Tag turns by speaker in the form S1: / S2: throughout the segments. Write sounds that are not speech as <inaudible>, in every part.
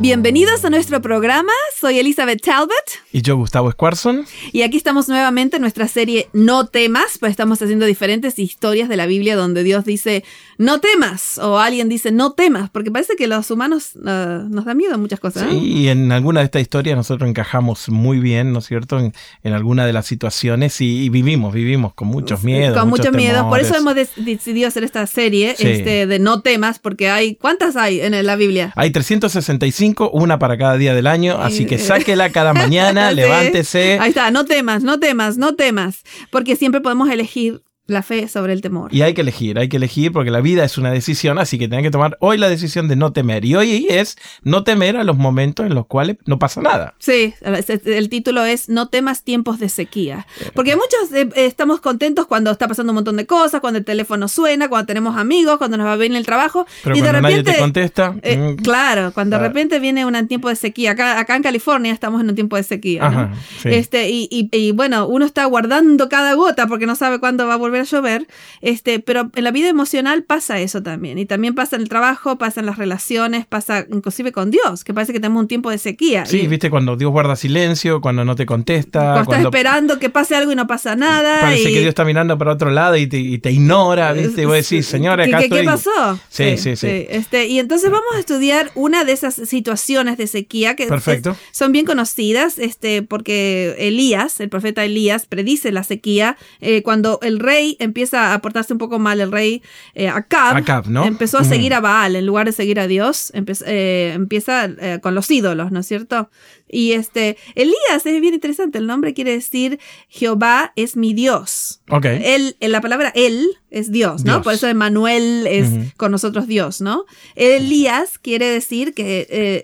S1: Bienvenidos a nuestro programa, soy Elizabeth Talbot
S2: Y yo, Gustavo Squarson.
S1: y aquí estamos nuevamente en nuestra serie No temas, pues estamos haciendo diferentes historias de la Biblia donde Dios dice no temas o alguien dice no temas, porque parece que los humanos ah, nos da miedo muchas cosas. ¿no?
S2: Y en alguna de estas historias nosotros encajamos muy bien, ¿no es cierto? En, en alguna de las situaciones y, y vivimos, vivimos con muchos miedes.
S1: Con mucho miedo, por eso
S2: temores.
S1: hemos des- decidido hacer esta serie
S2: Sí.
S1: este, de no temas, porque hay, ¿cuántas hay en la Biblia?
S2: Hay 365, una para cada día del año, así
S1: <laughs>
S2: que
S1: Eh,
S2: sáquela cada mañana,
S1: Sí.
S2: levántese.
S1: Ahí está, no temas, no temas, no temas, porque siempre podemos elegir la fe sobre el temor.
S2: Y hay que elegir, hay que elegir porque la vida es una decisión, así que tenés que tomar hoy la decisión de no temer. Y hoy es no temer a los momentos en los cuales no pasa nada.
S1: Sí, este, el título es No temas tiempos de sequía. Porque muchos eh, estamos contentos cuando está pasando un montón de cosas, cuando el teléfono suena, cuando tenemos amigos, cuando nos va bien el trabajo.
S2: Pero
S1: y de
S2: cuando
S1: repente.
S2: nadie te contesta,
S1: eh,
S2: mm,
S1: claro, cuando de
S2: Claro.
S1: repente viene un tiempo de sequía. Acá, acá en California estamos en un tiempo de sequía. ¿no?
S2: ajá, sí.
S1: Este, y, y- y, bueno, uno está guardando cada gota porque no sabe cuándo va a volver a llover. Este, pero en la vida emocional pasa eso también. Y también pasa en el trabajo, pasa en las relaciones, pasa inclusive con Dios, que parece que tenemos un tiempo de sequía.
S2: Sí,
S1: Y-
S2: viste, cuando Dios guarda silencio, cuando no te contesta,
S1: cuando,
S2: cuando
S1: estás esperando que pase algo y no pasa nada.
S2: parece
S1: y-
S2: que Dios está mirando para otro lado y te, y te ignora, viste, y vos decís, señora,
S1: ¿Qué,
S2: acá
S1: qué- qué
S2: estoy.
S1: pasó?
S2: Sí, sí, sí.
S1: Este, y entonces vamos a estudiar una de esas situaciones de sequía que
S2: Perfecto.
S1: es- son bien conocidas, este, porque Elías, el profeta Elías, predice la sequía eh, cuando el rey empieza a portarse un poco mal, el rey eh, Acab,
S2: Acab, ¿no?
S1: empezó a
S2: Ujú.
S1: seguir a Baal en lugar de seguir a Dios, empe- eh, empieza eh, con los ídolos, ¿no es cierto? Y este, Elías es bien interesante, el nombre quiere decir Jehová es mi Dios.
S2: Ok.
S1: Él, en la palabra él es Dios, ¿no?
S2: Dios.
S1: Por eso Emanuel es
S2: Ujú.
S1: con nosotros Dios, ¿no? Elías quiere decir que eh,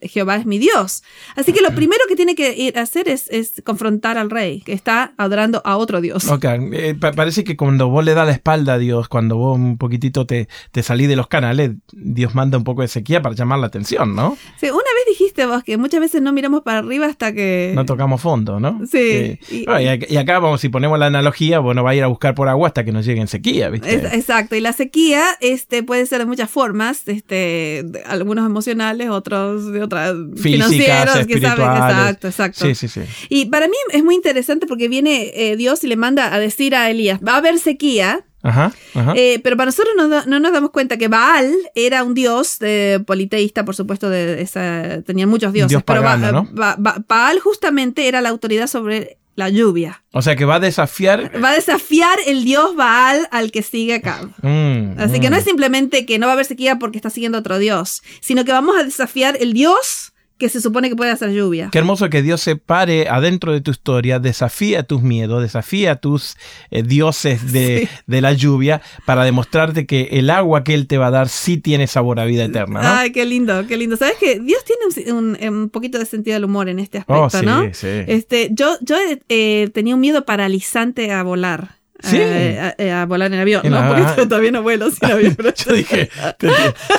S1: eh, Jehová es mi Dios. Así que lo primero que tiene que ir a hacer es, es confrontar al rey, que está adorando a otro Dios.
S2: Ok, eh, pa- parece que cuando vos le das la espalda a Dios, cuando vos un poquitito te, te salís de los canales, Dios manda un poco de sequía para llamar la atención, ¿no?
S1: Sí, una vez dijiste vos que muchas veces no miramos para arriba hasta que...
S2: No tocamos fondo, ¿no?
S1: Sí.
S2: Eh, bueno, y, ac- y acá, vamos, si ponemos la analogía, bueno, va a ir a buscar por agua hasta que nos llegue en sequía, ¿viste?
S1: Es- exacto, y la sequía este, puede ser de muchas formas, este, de- algunos emocionales, otros de otras
S2: Físicas,
S1: financieros, que saben,
S2: espirituales.
S1: exacto, exacto.
S2: sí, sí, sí.
S1: Y para mí es muy interesante porque viene eh, Dios y le manda a decir a Elías, va a haber sequía,
S2: Ajá, ajá.
S1: eh, pero para nosotros no, da- no nos damos cuenta que Baal era un dios eh, politeísta, por supuesto, de esa, tenía muchos dioses,
S2: Dios
S1: pero Ba-
S2: pagano, ¿no?
S1: Ba- Ba- Baal justamente era la autoridad sobre la lluvia.
S2: o sea que va a desafiar.
S1: Va a desafiar el dios Baal al que sigue acá.
S2: Mm,
S1: Así que no
S2: mm.
S1: es simplemente que no va a haber sequía porque está siguiendo otro dios, sino que vamos a desafiar el dios que se supone que puede hacer lluvia.
S2: Qué hermoso que Dios se pare adentro de tu historia, desafía tus miedos, desafía tus eh, dioses de, de la lluvia para demostrarte que el agua que Él te va a dar sí tiene sabor a vida eterna. ¿no?
S1: Ay, qué lindo, qué lindo. Sabes que Dios tiene un, un- un poquito de sentido del humor en este aspecto,
S2: oh, sí,
S1: ¿no?
S2: sí.
S1: Este, yo, yo eh, tenía un miedo paralizante a volar.
S2: Sí.
S1: Eh, a, eh, a volar en avión,
S2: En
S1: ¿no?
S2: la-
S1: Porque yo todavía no vuelo sin avión.
S2: <laughs>
S1: pero-
S2: <laughs> Yo dije, te,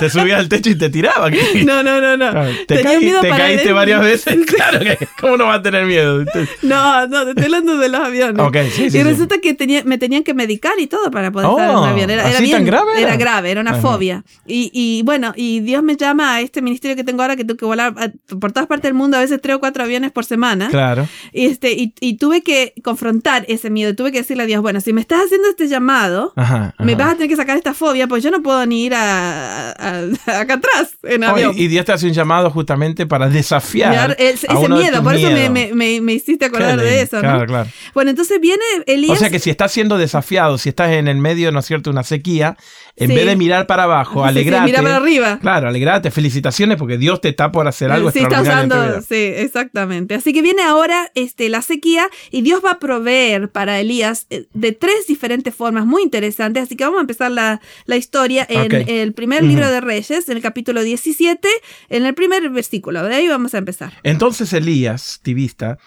S2: te subía al techo y te tiraba. ¿qué?
S1: <laughs>
S2: <laughs>
S1: No, no, no, no.
S2: Ah, Te,
S1: Tenía
S2: caí-
S1: miedo
S2: te
S1: para-
S2: caíste
S1: <laughs>
S2: varias veces. Claro que, ¿cómo no vas a tener miedo? Te-
S1: No, no, te estoy hablando de los aviones.
S2: Ok, sí, sí,
S1: y
S2: sí.
S1: resulta que tenía, me tenían que medicar y todo para poder estar en
S2: Oh,
S1: un avión. Era, era
S2: ¿así
S1: bien-
S2: tan grave era?
S1: Era grave, era una
S2: Ajá.
S1: fobia. Y, y bueno, y Dios me llama a este ministerio que tengo ahora que tengo que volar a- por todas partes del mundo, a veces tres o cuatro aviones por semana.
S2: Claro.
S1: Y, este, y, y tuve que confrontar ese miedo. Tuve que decirle a Dios, bueno, si me estás haciendo este llamado,
S2: Ajá.
S1: me
S2: ajá.
S1: vas a tener que sacar esta fobia, pues yo no puedo ni ir a, a- a- acá atrás en
S2: Oh, y-
S1: avión.
S2: y, Dios te hace un llamado justamente para
S1: Mirar
S2: desafiar
S1: ese,
S2: a
S1: ese
S2: uno de
S1: miedo,
S2: tus
S1: por eso me,
S2: miedos.
S1: me- me- me hiciste acordar
S2: Qué
S1: de
S2: lindo,
S1: eso. ¿no?
S2: Claro, claro.
S1: Bueno, entonces viene Elías.
S2: O sea que si estás siendo desafiado, si estás en el medio, ¿no es cierto?, una sequía, en
S1: Sí.
S2: vez de mirar para abajo,
S1: Sí, sí,
S2: alegrate.
S1: mira para arriba.
S2: Claro, alegrate, felicitaciones porque Dios te está por hacer algo
S1: Sí, está
S2: extraordinario. en tu
S1: usando,
S2: vida.
S1: sí, exactamente. Así que viene ahora este, la sequía y Dios va a proveer para Elías eh, de tres diferentes formas muy interesantes. Así que vamos a empezar la, la historia en
S2: Ok.
S1: el primer
S2: Ujú.
S1: libro de Reyes, en el capítulo 17, en el primer versículo. De ahí vamos a empezar.
S2: Entonces Elías, tibista,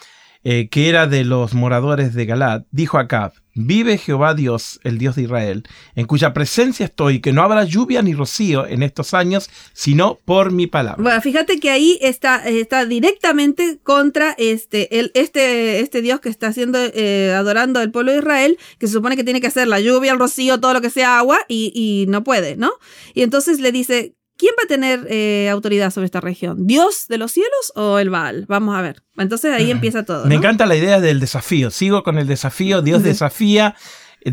S2: eh, que era de los moradores de Galad, dijo a Acab, Vive Jehová Dios, el Dios de Israel, en cuya presencia estoy, que no habrá lluvia ni rocío en estos años, sino por mi palabra.
S1: Bueno, fíjate que ahí está, está directamente contra este, el, este, este Dios que está haciendo, eh, adorando el pueblo de Israel, que se supone que tiene que hacer la lluvia, el rocío, todo lo que sea agua, y, y no puede, ¿no? Y entonces le dice, ¿quién va a tener eh, autoridad sobre esta región? ¿Dios de los cielos o el Baal? Vamos a ver. Entonces ahí empieza todo. ¿no?
S2: Me encanta la idea del desafío. Sigo con el desafío. Dios desafía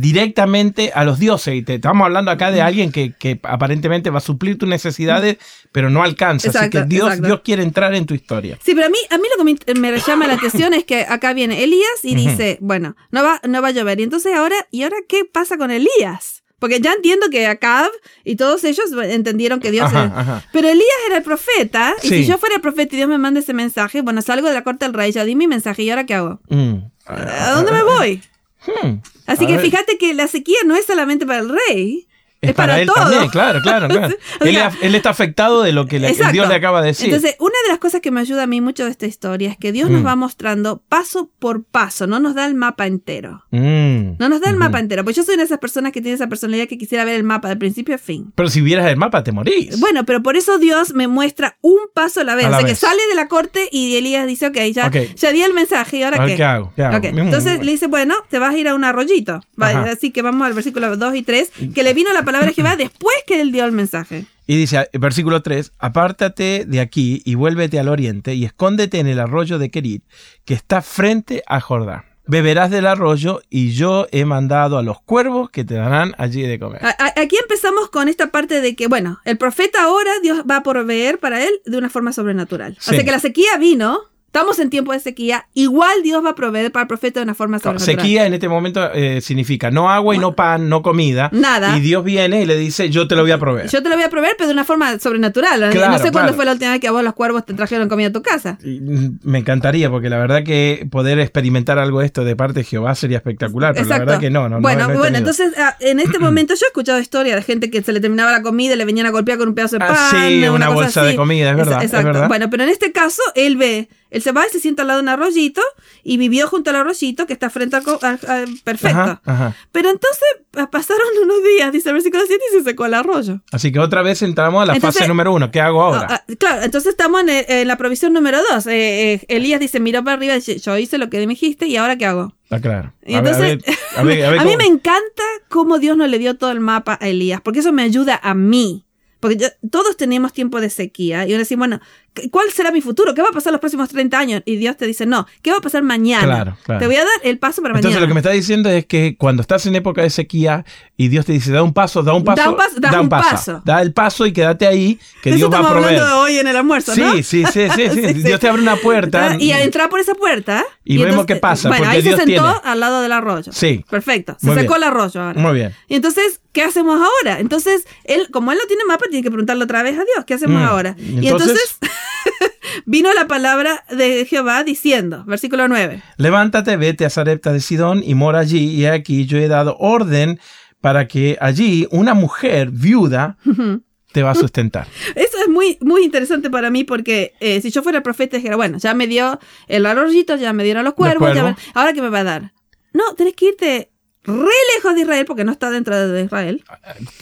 S2: directamente a los dioses. Y te estamos hablando acá de alguien que, que aparentemente va a suplir tus necesidades, pero no alcanza.
S1: Exacto,
S2: Así que Dios,
S1: exacto.
S2: Dios quiere entrar en tu historia.
S1: Sí, pero a mí, a mí lo que me, me llama la atención es que acá viene Elías y dice, bueno, no va, no va a llover. Y entonces ahora, ¿y ahora qué pasa con Elías? Porque ya entiendo que Acab y todos ellos bueno, entendieron que Dios
S2: Ajá,
S1: era-
S2: ajá.
S1: Pero Elías era el profeta, y si
S2: Sí.
S1: yo fuera el profeta y Dios me manda ese mensaje, bueno, salgo de la corte del rey, ya di mi mensaje, ¿y ahora qué hago?
S2: Mm.
S1: ¿A dónde me voy?
S2: Hmm.
S1: Así
S2: A
S1: que
S2: ver.
S1: fíjate que la sequía no es solamente para el rey, es, para,
S2: él
S1: todos.
S2: también, claro,
S1: <laughs>
S2: claro, claro.
S1: O
S2: él,
S1: sea,
S2: es- él está afectado de lo que le- el
S1: Exacto.
S2: Dios le acaba de decir.
S1: Entonces, una de las cosas que me ayuda a mí mucho de esta historia es que Dios nos
S2: Mm.
S1: va mostrando paso por paso, no nos da el mapa entero.
S2: Mm.
S1: No nos da el
S2: Ujú.
S1: mapa entero, pues yo soy una de esas personas que tiene esa personalidad que quisiera ver el mapa de principio a fin.
S2: Pero si vieras el mapa, te morís.
S1: Bueno, pero por eso Dios me muestra un paso a la vez.
S2: A la
S1: o sea, que
S2: vez.
S1: sale de la corte y Elías dice, ok, ya,
S2: Ok.
S1: ya di el mensaje, ¿y ahora
S2: A ver
S1: qué?
S2: qué hago, qué hago.
S1: Ok,
S2: Mm.
S1: Entonces le dice, bueno, te vas a ir a un arroyito. Va-
S2: Ajá. Mm.
S1: así que vamos al versículo 2 y 3, que le vino la palabra de Jehová después que él dio el mensaje.
S2: Y dice, eh, versículo 3, apártate de aquí y vuélvete al oriente y escóndete en el arroyo de Kerit, que está frente a Jordán. Beberás del arroyo y yo he mandado a los cuervos que te darán allí de comer.
S1: A- a- aquí empezamos con esta parte de que, bueno, el profeta ahora Dios va a proveer para él de una forma sobrenatural. O
S2: Sí.
S1: sea que la sequía vino, estamos en tiempo de sequía, igual Dios va a proveer para el profeta de una forma
S2: No,
S1: sobrenatural.
S2: sequía en este momento eh, significa no agua y no pan, no comida.
S1: Nada.
S2: Y Dios viene y le dice, yo te lo voy a proveer.
S1: Yo te lo voy a proveer, pero de una forma sobrenatural. No- no
S2: Claro,
S1: sé cuándo
S2: claro.
S1: fue la última vez que a vos los cuervos te trajeron comida a tu casa.
S2: Y, mm, Me encantaría, porque la verdad que poder experimentar algo de esto de parte de Jehová sería espectacular, pero la verdad que no, no, no,
S1: bueno,
S2: no he
S1: bueno,
S2: tenido.
S1: entonces ah, en
S2: <clears throat>
S1: este momento yo he escuchado historias de gente que se le terminaba la comida y le venían a golpear con un pedazo de pan.
S2: Ah, sí, una
S1: cosa
S2: bolsa de
S1: así.
S2: comida, es
S1: Esa-
S2: verdad, es
S1: Exacto.
S2: verdad.
S1: Bueno, pero en este caso él ve, él se va y se sienta al lado de un arroyito y vivió junto al arroyito que está frente al. co- al- al- perfecto.
S2: Ajá, ajá.
S1: Pero entonces pa- pasaron unos días, dice el versículo 7, y se secó el arroyo.
S2: Así que otra vez entramos a la
S1: Entonces-
S2: fase número uno. ¿Qué hago ahora?
S1: Ah, ah, claro, entonces estamos en, eh, en la provisión número 2. Elías dice, miró para arriba, y dice, yo hice lo que me dijiste y ahora qué hago.
S2: Está Ah, claro.
S1: Y
S2: A ver, a
S1: entonces-
S2: ver, a ver, a ver
S1: <laughs> A mí
S2: cómo-
S1: me encanta cómo Dios no le dio todo el mapa a Elías, porque eso me ayuda a mí. Porque yo- todos tenemos tiempo de sequía y uno dice, bueno, ¿cu- ¿cuál será mi futuro? ¿Qué va a pasar los próximos 30 años? Y Dios te dice, no, ¿qué va a pasar mañana?
S2: Claro, claro.
S1: Te voy a dar el paso para
S2: Entonces
S1: mañana.
S2: lo que me está diciendo es que cuando estás en época de sequía y Dios te dice da un paso, da un
S1: Da
S2: paso,
S1: un paso, da un paso.
S2: da el paso y quédate ahí que
S1: De eso
S2: Dios va a
S1: estamos
S2: proveer.
S1: hablando hoy en el almuerzo,
S2: Sí,
S1: ¿no?
S2: sí, sí,
S1: <laughs>
S2: sí, sí.
S1: Sí, sí.
S2: Dios te abre una puerta.
S1: Y a entrar por esa puerta.
S2: Y vemos qué pasa,
S1: Bueno,
S2: porque
S1: ahí
S2: Dios
S1: se sentó
S2: tiene.
S1: al lado del arroyo.
S2: Sí.
S1: Perfecto. Se
S2: Muy
S1: sacó
S2: bien.
S1: el arroyo ahora.
S2: Muy bien.
S1: Y entonces, ¿qué hacemos ahora? Entonces, él, como él no tiene mapa, tiene que preguntarle otra vez a Dios, ¿qué hacemos
S2: Mm.
S1: ahora?
S2: ¿Y
S1: Y entonces <laughs> vino la palabra de Jehová diciendo, versículo 9.
S2: Levántate, vete a Sarepta de Sidón y mora allí, y he aquí yo he dado orden para que allí una mujer viuda te va a sustentar.
S1: Eso es muy, muy interesante para mí porque eh, si yo fuera profeta dijera, bueno, ya me dio el arroyito, ya me dieron los cuervos, ya
S2: cuervos.
S1: me- ahora qué me va a dar. No, tenés que irte re lejos de Israel porque no está dentro de Israel.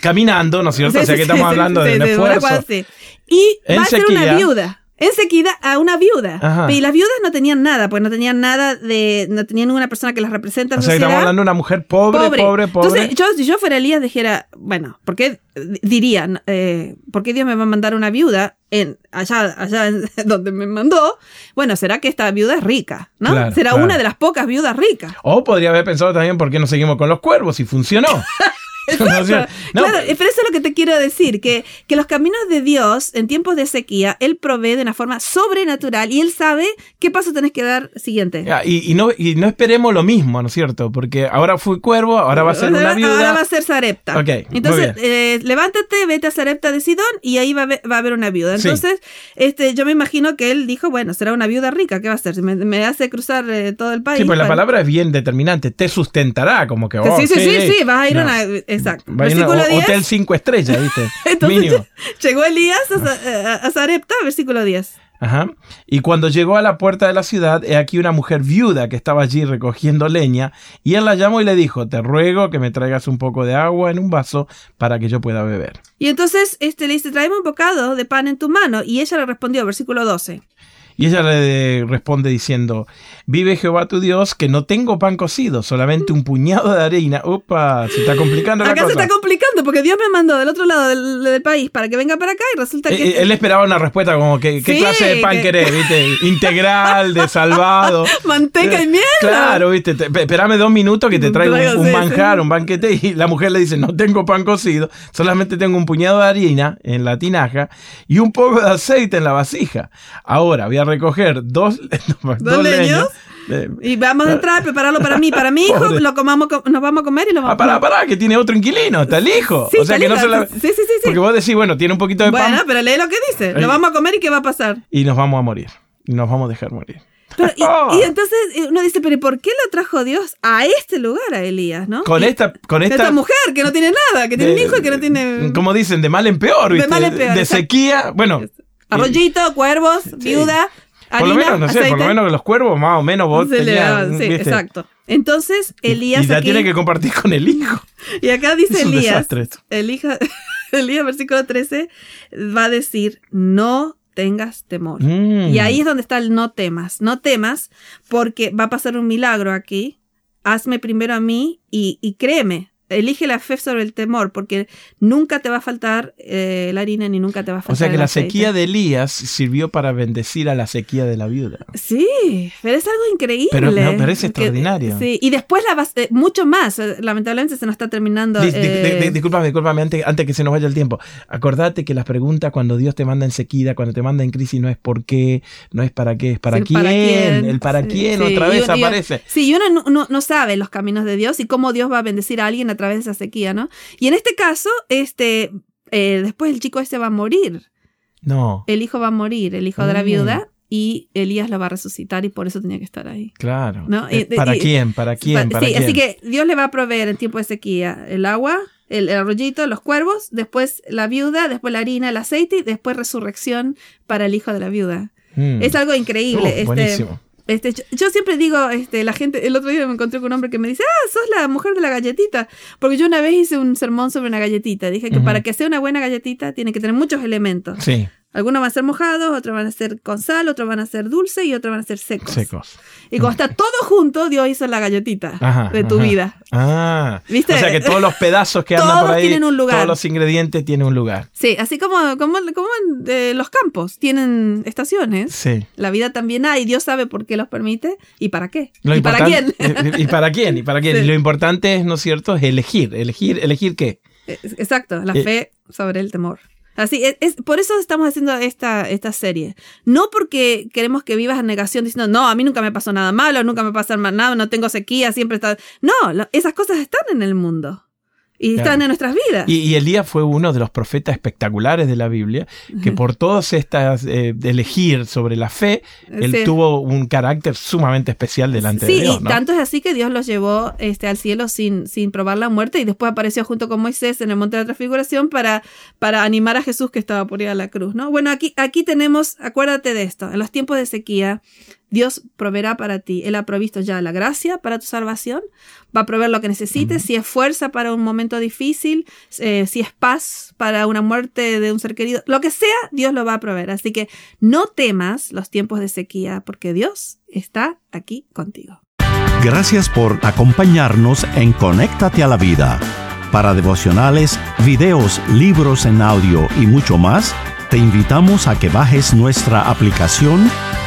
S2: Caminando, ¿no es cierto?
S1: Sí,
S2: o sea
S1: sí,
S2: que estamos
S1: sí,
S2: hablando
S1: sí,
S2: de
S1: sí,
S2: un
S1: una
S2: esfuerzo.
S1: cosa así. Y
S2: En
S1: va a ser una
S2: sequía.
S1: viuda. Enseguida a una viuda.
S2: Ajá.
S1: Y las viudas no tenían nada, pues no tenían nada de. No tenían ninguna persona que las representa en
S2: O sea, que
S1: sociedad.
S2: estamos hablando de una mujer pobre, pobre, pobre.
S1: Entonces, yo, si yo fuera Elías, dijera, bueno, ¿por qué eh, dirían, eh, por qué Dios me va a mandar una viuda en, allá, allá en <laughs> donde me mandó? Bueno, será que esta viuda es rica, ¿no?
S2: Claro,
S1: será
S2: claro.
S1: una de las pocas viudas ricas.
S2: O podría haber pensado también por qué no seguimos con los cuervos y
S1: <laughs>
S2: funcionó. <laughs> ¿No es cierto? No,
S1: claro, eh, pero eso es lo que te quiero decir, que, que los caminos de Dios en tiempos de sequía, Él provee de una forma sobrenatural y Él sabe qué paso tenés que dar siguiente.
S2: ya, y, y no, y no esperemos lo mismo, ¿no es cierto? Porque ahora fui cuervo, ahora va a ser una
S1: Ahora- Ahora va
S2: viuda.
S1: a ser Sarepta.
S2: Ok, muy
S1: Entonces,
S2: bien.
S1: eh, levántate, vete a Sarepta de Sidón y ahí va a haber, va a haber una viuda.
S2: Sí.
S1: Entonces, este, yo me imagino que él dijo, bueno, será una viuda rica, ¿qué va a hacer? Me, me hace cruzar eh, todo el país.
S2: Sí, pues la
S1: para-
S2: palabra es bien determinante. Te sustentará, como que.
S1: Que
S2: oh,
S1: sí, sí, sí, sí, vas a ir a
S2: No.
S1: una... Exacto.
S2: Va a ir a un
S1: Versículo 10.
S2: hotel cinco estrellas, ¿viste?
S1: <laughs> Entonces,
S2: Mínimo.
S1: llegó Elías a, Sa- a- a Sarepta, eh, versículo 10.
S2: Ajá. Y cuando llegó a la puerta de la ciudad, he aquí una mujer viuda que estaba allí recogiendo leña, y él la llamó y le dijo, te ruego que me traigas un poco de agua en un vaso para que yo pueda beber.
S1: Y entonces este, le dice, tráeme un bocado de pan en tu mano. Y ella le respondió, versículo 12.
S2: Y ella le responde diciendo, vive Jehová tu Dios, que no tengo pan cocido, solamente un puñado de harina. Opa, se está complicando la
S1: Acá
S2: cosa.
S1: se está complicando porque Dios me mandó del otro lado del, del país para que venga para acá y resulta
S2: Eh,
S1: que...
S2: eh, él esperaba una respuesta como que qué
S1: Sí,
S2: clase de pan
S1: que-
S2: querés, ¿viste? Integral, de salvado.
S1: Manteca y miel.
S2: Claro, viste, te- pe- esperame dos minutos que te traigo un-
S1: Traigo,
S2: un,
S1: sí,
S2: manjar,
S1: sí.
S2: un banquete. Y la mujer le dice, no tengo pan cocido, solamente tengo un puñado de harina en la tinaja y un poco de aceite en la vasija. Ahora voy a recoger dos, <laughs> dos, leños.
S1: leños?
S2: Eh,
S1: Y vamos a entrar, prepararlo para mí, para mi hijo,
S2: Pobre.
S1: lo comamos, co- nos vamos a comer y lo vamos
S2: Ah, pará, pará, que tiene otro inquilino, está el hijo.
S1: Sí,
S2: o sea
S1: está
S2: que no
S1: el
S2: se
S1: hijo.
S2: la...
S1: Sí, sí, sí, sí.
S2: Porque vos decís, bueno, tiene un poquito de pan
S1: Bueno, pero lee lo que dice.
S2: Ahí.
S1: Lo vamos a comer y qué va a pasar.
S2: y nos vamos a morir. Y nos vamos a dejar morir.
S1: Pero,
S2: Ah.
S1: y, y entonces eh, uno dice, pero ¿y por qué lo trajo Dios a este lugar a Elías, no?
S2: Con
S1: Y-
S2: esta, con
S1: de
S2: esta,
S1: esta, mujer que no tiene nada, que tiene un
S2: de-
S1: hijo y que no tiene
S2: Como dicen, de mal en peor,
S1: De
S2: ¿viste?
S1: mal en peor,
S2: De
S1: exacto.
S2: sequía, bueno.
S1: arrollito, cuervos, viuda, harina,
S2: por lo menos, no sé, por lo
S1: aceite.
S2: menos los cuervos, más o menos vos
S1: Se le
S2: tenías,
S1: daban, sí,
S2: ¿viste?
S1: exacto. Entonces
S2: Y
S1: Elías
S2: la
S1: aquí-
S2: tiene que compartir con
S1: <laughs>
S2: el hijo.
S1: y acá dice
S2: <laughs> Es un
S1: Elías,
S2: desastre esto.
S1: <laughs> Elija- Elías versículo 13 va a decir, "No tengas temor."
S2: Mm.
S1: Y ahí es donde está el no temas. No temas porque va a pasar un milagro aquí. Hazme primero a mí y, y créeme. Elige la fe sobre el temor porque nunca te va a faltar eh, la harina ni nunca te va a faltar.
S2: O sea que
S1: el
S2: la
S1: aceite.
S2: sequía de Elías sirvió para bendecir a la sequía de la viuda.
S1: Sí, pero es algo increíble.
S2: Pero- no, pero es
S1: Que-
S2: extraordinario.
S1: sí, y después la vas- eh, mucho más. eh, Lamentablemente se nos está terminando.
S2: Dis- di-
S1: eh,
S2: di- di- discúlpame, discúlpame, antes, antes que se nos vaya el tiempo. Acordate que las preguntas cuando Dios te manda en sequía, cuando te manda en crisis, no es por qué, no es para qué, es para,
S1: el
S2: quién. El para
S1: Sí,
S2: quién
S1: sí,
S2: otra
S1: y
S2: vez
S1: uno- y uno-
S2: aparece.
S1: sí, y uno no, no- no sabe los caminos de Dios y cómo Dios va a bendecir a alguien a través de esa sequía, ¿no? Y en este caso, este, eh, después el chico este va a morir.
S2: No,
S1: El hijo va a morir, el hijo de la
S2: Mm.
S1: viuda, y Elías lo va a resucitar y por eso tenía que estar ahí.
S2: claro.
S1: No,
S2: Es
S1: y-
S2: ¿Para
S1: y-
S2: quién? ¿Para quién?
S1: Pa-
S2: ¿Para
S1: sí,
S2: quién?
S1: así que Dios le va a proveer en tiempo de sequía el agua, el, el arroyito, los cuervos, después la viuda, después la harina, el aceite y después resurrección para el hijo de la viuda.
S2: Mm.
S1: Es algo increíble.
S2: Uh,
S1: este,
S2: buenísimo.
S1: este, yo, yo siempre digo, este, la gente, el otro día me encontré con un hombre que me dice, ah, sos la mujer de la galletita. Porque yo una vez hice un sermón sobre una galletita. Dije que
S2: Ujú.
S1: para que sea una buena galletita tiene que tener muchos elementos.
S2: Sí,
S1: Algunos van a ser mojados, otros van a ser con sal, otros van a ser dulce y otros van a ser secos.
S2: secos.
S1: Y cuando está todo junto, Dios hizo la galletita
S2: Ajá,
S1: de tu
S2: ajá.
S1: vida.
S2: Ah,
S1: ¿Viste?
S2: o sea que todos los pedazos que andan por
S1: Todos
S2: ahí,
S1: tienen un lugar.
S2: todos los ingredientes tienen un lugar.
S1: Sí, así como, como, como en, eh, los campos tienen estaciones.
S2: Sí.
S1: La vida también hay, Dios sabe por qué los permite y para qué.
S2: Lo
S1: y para quién.
S2: importante- eh, <laughs> ¿Y para quién? ¿Y para quién?
S1: Sí.
S2: Y lo importante es, ¿no es cierto?, es elegir, elegir, elegir qué.
S1: Eh, Exacto, la
S2: Eh,
S1: fe sobre el temor. Así es, es- por eso estamos haciendo esta, esta serie. No porque queremos que vivas en negación diciendo, no, a mí nunca me pasó nada malo, nunca me pasa mal- nada, no tengo sequía, siempre está. No, lo- esas cosas están en el mundo y
S2: Claro.
S1: están en nuestras vidas.
S2: Y, y Elías fue uno de los profetas espectaculares de la Biblia, que por todas estas eh, de elegir sobre la fe, él
S1: Sí.
S2: tuvo un carácter sumamente especial delante
S1: Sí,
S2: de Dios.
S1: y
S2: ¿no?
S1: tanto es así que Dios los llevó este, al cielo sin, sin probar la muerte y después apareció junto con Moisés en el monte de la transfiguración para, para animar a Jesús que estaba por ir a la cruz, ¿no? Bueno, aquí, aquí tenemos, acuérdate de esto, en los tiempos de sequía, Dios proveerá para ti. Él ha provisto ya la gracia para tu salvación, va a proveer lo que necesites, si es fuerza para un momento difícil, eh, si es paz para una muerte de un ser querido, lo que sea, Dios lo va a proveer. Así que no temas los tiempos de sequía, porque Dios está aquí contigo.
S3: Gracias por acompañarnos en Conéctate a la Vida. Para devocionales, videos, libros en audio y mucho más, te invitamos a que bajes nuestra aplicación